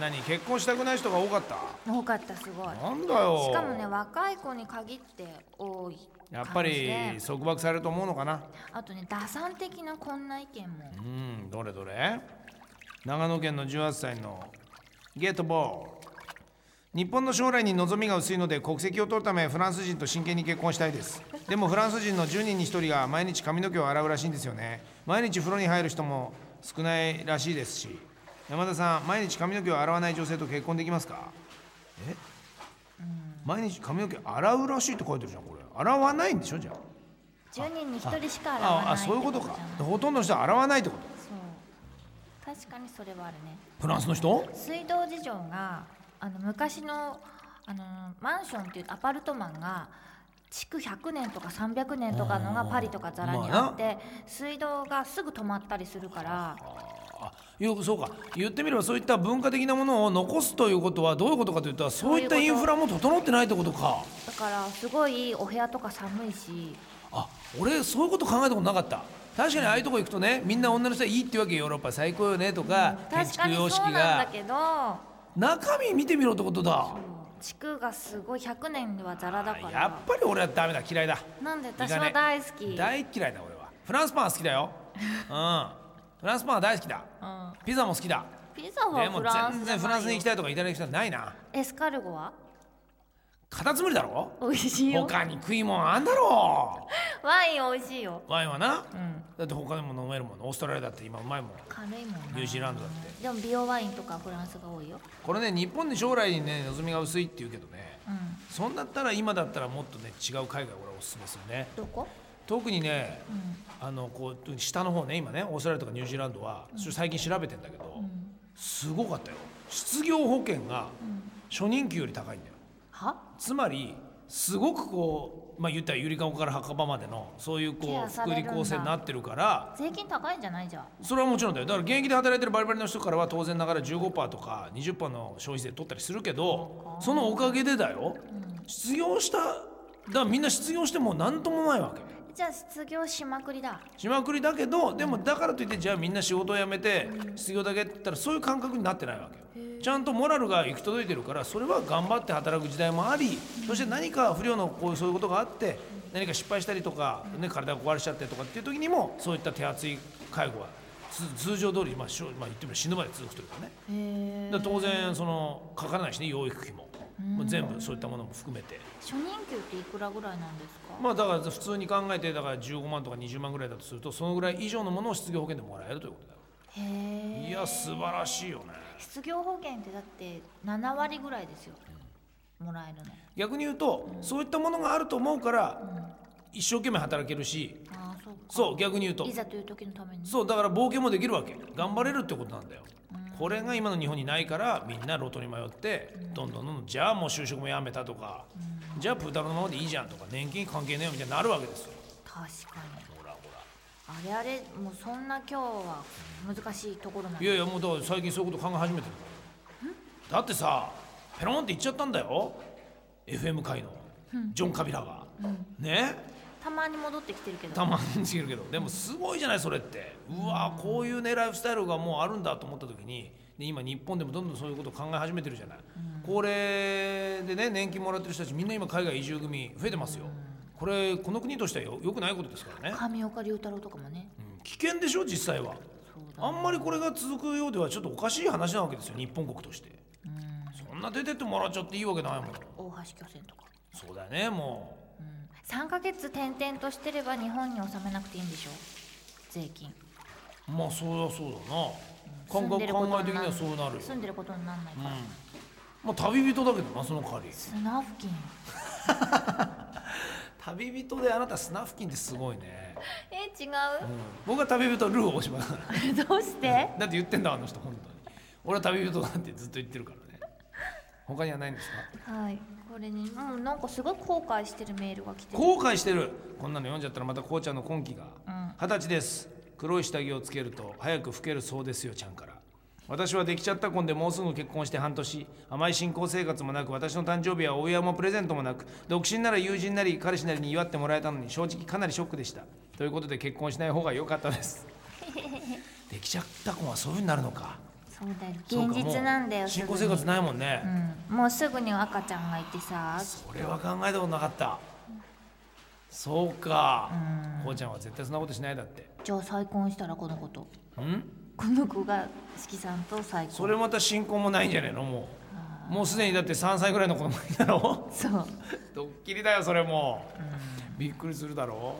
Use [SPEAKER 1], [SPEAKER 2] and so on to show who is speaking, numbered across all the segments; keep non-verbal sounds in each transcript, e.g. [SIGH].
[SPEAKER 1] 何結婚したくない人が多かった
[SPEAKER 2] 多かったすごい
[SPEAKER 1] なんだよ
[SPEAKER 2] しかもね若い子に限って多い
[SPEAKER 1] やっぱり
[SPEAKER 2] 感じで
[SPEAKER 1] 束縛されると思うのかな
[SPEAKER 2] あとね打算的なこんな意見も
[SPEAKER 1] うんどれどれ長野県の18歳のゲートボール日本の将来に望みが薄いので国籍を取るためフランス人と真剣に結婚したいですでもフランス人の10人に1人が毎日髪の毛を洗うらしいんですよね毎日風呂に入る人も少ないらしいですし山田さん毎日髪の毛を洗わない女性と結婚できますかえ毎日髪の毛洗うらしいって書いてるじゃんこれ洗わないんでしょじゃ
[SPEAKER 2] 10人に1人しか
[SPEAKER 1] あ
[SPEAKER 2] 洗わない
[SPEAKER 1] ああそういうこと
[SPEAKER 2] って
[SPEAKER 1] か
[SPEAKER 2] じゃない
[SPEAKER 1] ほとんどの人は洗わないってこと
[SPEAKER 2] そう確かにそれはあるね
[SPEAKER 1] フランスの人
[SPEAKER 2] 水道事情があの昔のあのマンションっていうアパルトマンが築100年とか300年とかのがパリとかザラにあって水道がすぐ止まったりするから
[SPEAKER 1] あよくそうか言ってみればそういった文化的なものを残すということはどういうことかというとそういった
[SPEAKER 2] そう
[SPEAKER 1] イ
[SPEAKER 2] い
[SPEAKER 1] ン
[SPEAKER 2] うこと
[SPEAKER 1] フラも整ってないってことか
[SPEAKER 2] だからすごいお部屋とか寒いし
[SPEAKER 1] あ俺そういうこと考えたことなかった確かにああいうとこ行くとねみんな女の人はいいってわけよヨーロッパ最高よねとか建
[SPEAKER 2] 確か
[SPEAKER 1] 築
[SPEAKER 2] に
[SPEAKER 1] 様
[SPEAKER 2] そ
[SPEAKER 1] 式
[SPEAKER 2] うなんだ
[SPEAKER 1] が
[SPEAKER 2] けど
[SPEAKER 1] 中身見てみろってことだ
[SPEAKER 2] 築がすごい100年ではザラだか
[SPEAKER 1] や
[SPEAKER 2] ら
[SPEAKER 1] っぱり俺はダメだ嫌いだ
[SPEAKER 2] なんで
[SPEAKER 1] い
[SPEAKER 2] 私
[SPEAKER 1] かね
[SPEAKER 2] は大好き
[SPEAKER 1] 大っ嫌いだ俺はフランスパンは好きだようんフランスパンは大好きだ
[SPEAKER 2] うん
[SPEAKER 1] ピザも好きだ
[SPEAKER 2] ピザ
[SPEAKER 1] で
[SPEAKER 2] は
[SPEAKER 1] も
[SPEAKER 2] フランス
[SPEAKER 1] 全
[SPEAKER 2] じゃ
[SPEAKER 1] 然フランスに
[SPEAKER 2] ない
[SPEAKER 1] 行き
[SPEAKER 2] よ
[SPEAKER 1] たいとかイタリアに行きたいないな
[SPEAKER 2] エスカルゴは
[SPEAKER 1] カタツムリだろ
[SPEAKER 2] 美味しいよ
[SPEAKER 1] 他に食いもんあんだろ
[SPEAKER 2] ワイン美味しい [LAUGHS] よ
[SPEAKER 1] うワインはな
[SPEAKER 2] うん
[SPEAKER 1] だって他でも飲めるもんオーストラリアだって今うまいもん
[SPEAKER 2] 軽いもんな
[SPEAKER 1] ニュージーランドだって
[SPEAKER 2] でも美容ワインとかフランスが多いよ
[SPEAKER 1] これね日本に将来にね望みが薄いって言うけどね
[SPEAKER 2] うん
[SPEAKER 1] そんだったら今だったらもっとね違う海外俺はおすすめするね
[SPEAKER 2] どこ
[SPEAKER 1] 特にね
[SPEAKER 2] うん
[SPEAKER 1] あのこう下の方ね今ねオーストラリアとかニュージーランドはそれ最近調べてんだけど、すごかったよ失業保険が初任給より高いんだよ
[SPEAKER 2] は
[SPEAKER 1] つまりすごくこうまあ言ったらゆりかごから墓場までのそういう
[SPEAKER 2] ケ
[SPEAKER 1] こう
[SPEAKER 2] アさ
[SPEAKER 1] 福
[SPEAKER 2] れる
[SPEAKER 1] 利
[SPEAKER 2] んだ
[SPEAKER 1] 厚生になってるから
[SPEAKER 2] 税金高いんじゃないじゃん
[SPEAKER 1] それはもちろんだよだから現役で働いてるバリバリの人からは当然ながら15%とか20%の消費税取ったりするけどそのおかげでだよ、失業しただからみんな失業しても何ともないわけ
[SPEAKER 2] じゃあ失業しまくりだ
[SPEAKER 1] しまくりだけどでもだからといってじゃあみんな仕事を辞めて失業だけって言ったらそういう感覚になってないわけよちゃんとモラルが行き届いてるからそれは頑張って働く時代もありそして何か不良のこういうそういうことがあって何か失敗したりとか、ね、体が壊れちゃってとかっていう時にもそういった手厚い介護はつ通常通り、まあ、しょまあ言ってみれば死ぬまで続くというかね
[SPEAKER 2] へえ
[SPEAKER 1] だから当然そのかからないしね養育費も、まあ、全部そういったものも含めて。
[SPEAKER 2] 初任給っていくらぐらいなんですか、
[SPEAKER 1] まあだから普通に考えてだから15万とか20万ぐらいだとするとそのぐらい以上のものを失業保険でもらえるということだよ、
[SPEAKER 2] へえ
[SPEAKER 1] いや素晴らしいよね
[SPEAKER 2] 失業保険ってだって7割ぐらいですよもらえるの
[SPEAKER 1] 逆に言うと、そういったものがあると思うから、一生懸命働けるし
[SPEAKER 2] ああそうか
[SPEAKER 1] そう逆に言うと
[SPEAKER 2] いざという時のために
[SPEAKER 1] そうだから冒険もできるわけ頑張れるってことなんだよ、これが今の日本にないからみんな路頭に迷ってどんどんどんどんじゃあもう就職もやめたとか、じゃあプータロのままでいいじゃんとか年金関係ねえよみたいになるわけですよ
[SPEAKER 2] 確かに
[SPEAKER 1] ほらほら
[SPEAKER 2] あれあれもうそんな今日は難しいところなん
[SPEAKER 1] い
[SPEAKER 2] で
[SPEAKER 1] やいやもうだから最近そういうこと考え始めてるだってさペロンって言っちゃったんだよ FM 界のジョン・カビラが、ね
[SPEAKER 2] たまに戻ってきてるけど
[SPEAKER 1] たまに違うけどでもすごいじゃないそれってうわーこういうねライフスタイルがもうあるんだと思った時にで今日本でもどんどんそういうことを考え始めてるじゃない、これでね年金もらってる人たちみんな今海外移住組増えてますよ、これこの国としてはよ良くないことですからね、
[SPEAKER 2] 上岡龍太郎とかもね
[SPEAKER 1] うん危険でしょ実際は。
[SPEAKER 2] そうだ
[SPEAKER 1] あんまりこれが続くようではちょっとおかしい話なわけですよ日本国としてそんな出てってもらっちゃっていいわけないもん
[SPEAKER 2] 大橋巨泉とか、
[SPEAKER 1] そうだよねも
[SPEAKER 2] うん、3ヶ月転々としてれば日本に納めなくていいんでしょ税金
[SPEAKER 1] うまあそうだそうだな
[SPEAKER 2] 住
[SPEAKER 1] 感
[SPEAKER 2] ん
[SPEAKER 1] 覚
[SPEAKER 2] でること
[SPEAKER 1] 考え
[SPEAKER 2] に
[SPEAKER 1] 的
[SPEAKER 2] な
[SPEAKER 1] に
[SPEAKER 2] ん
[SPEAKER 1] はそうなるよ、
[SPEAKER 2] 住んでることになんないから、
[SPEAKER 1] まあ、旅人だけどなその代わり
[SPEAKER 2] 砂付近
[SPEAKER 1] 旅人であなたスナフキンってすごいね、
[SPEAKER 2] え違
[SPEAKER 1] うん
[SPEAKER 2] う、
[SPEAKER 1] 僕は旅人ルー大島だから
[SPEAKER 2] [LAUGHS] どうして
[SPEAKER 1] だって言ってんだあの人本当に俺は旅人だってずっと言ってるからね他にはないんですか
[SPEAKER 2] はいこれにもうなんかすごい後悔してるメールが来てる
[SPEAKER 1] 後悔してるこんなの読んじゃったらまたこうちゃんの今期が
[SPEAKER 2] うん
[SPEAKER 1] 二十、歳です黒い下着をつけると早く老けるそうですよちゃんから私はできちゃった婚でもうすぐ結婚して半年甘い新婚生活もなく私の誕生日はお祝いもプレゼントもなく独身なら友人なり彼氏なりに祝ってもらえたのに正直かなりショックでしたと
[SPEAKER 2] [LAUGHS]
[SPEAKER 1] いうことで結婚しない方が良かったですできちゃった婚はそういうふうになるのか
[SPEAKER 2] そうだよ
[SPEAKER 1] そう
[SPEAKER 2] 現
[SPEAKER 1] か
[SPEAKER 2] 実なんだ
[SPEAKER 1] も
[SPEAKER 2] よ
[SPEAKER 1] う
[SPEAKER 2] す
[SPEAKER 1] 新
[SPEAKER 2] ぐ
[SPEAKER 1] 婚
[SPEAKER 2] に
[SPEAKER 1] 生活ないもんね、
[SPEAKER 2] うん、もうすぐに赤ちゃんがいてさ
[SPEAKER 1] それは考えたことなかったそうか、こうちゃんは絶対そんなことしないだって
[SPEAKER 2] じゃあ再婚したらこの子と
[SPEAKER 1] うん
[SPEAKER 2] この子が好きさんと再婚
[SPEAKER 1] それまた新婚もないんじゃないのもうもうすでにだって3歳ぐらいの子供いたろ [LAUGHS]
[SPEAKER 2] そう
[SPEAKER 1] ドッキリだよそれも、びっくりするだろ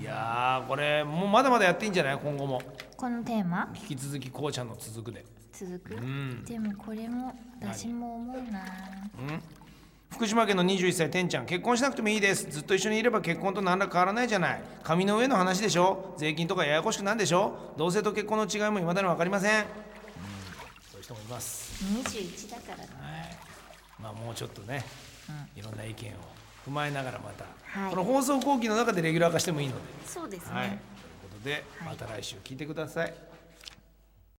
[SPEAKER 1] いやーこれもうまだまだやっていいんじゃない今後も
[SPEAKER 2] このテーマ
[SPEAKER 1] 引き続きこうちゃんの続くで
[SPEAKER 2] 続く、
[SPEAKER 1] ん
[SPEAKER 2] でもこれも私も思うな、
[SPEAKER 1] 福島県の21歳てんちゃん結婚しなくてもいいですずっと一緒にいれば結婚と何ら変わらないじゃない紙の上の話でしょ税金とかややこしくなんでしょ同性と結婚の違いもいまだに分かりません、うん、そういう人もいます
[SPEAKER 2] 21だからな
[SPEAKER 1] まあもうちょっとね、いろんな意見を踏まえながらまた、
[SPEAKER 2] はい
[SPEAKER 1] この放送後期の中でレギュラー化してもいいので、
[SPEAKER 2] そうですね、
[SPEAKER 1] はいということでまた来週聞いてください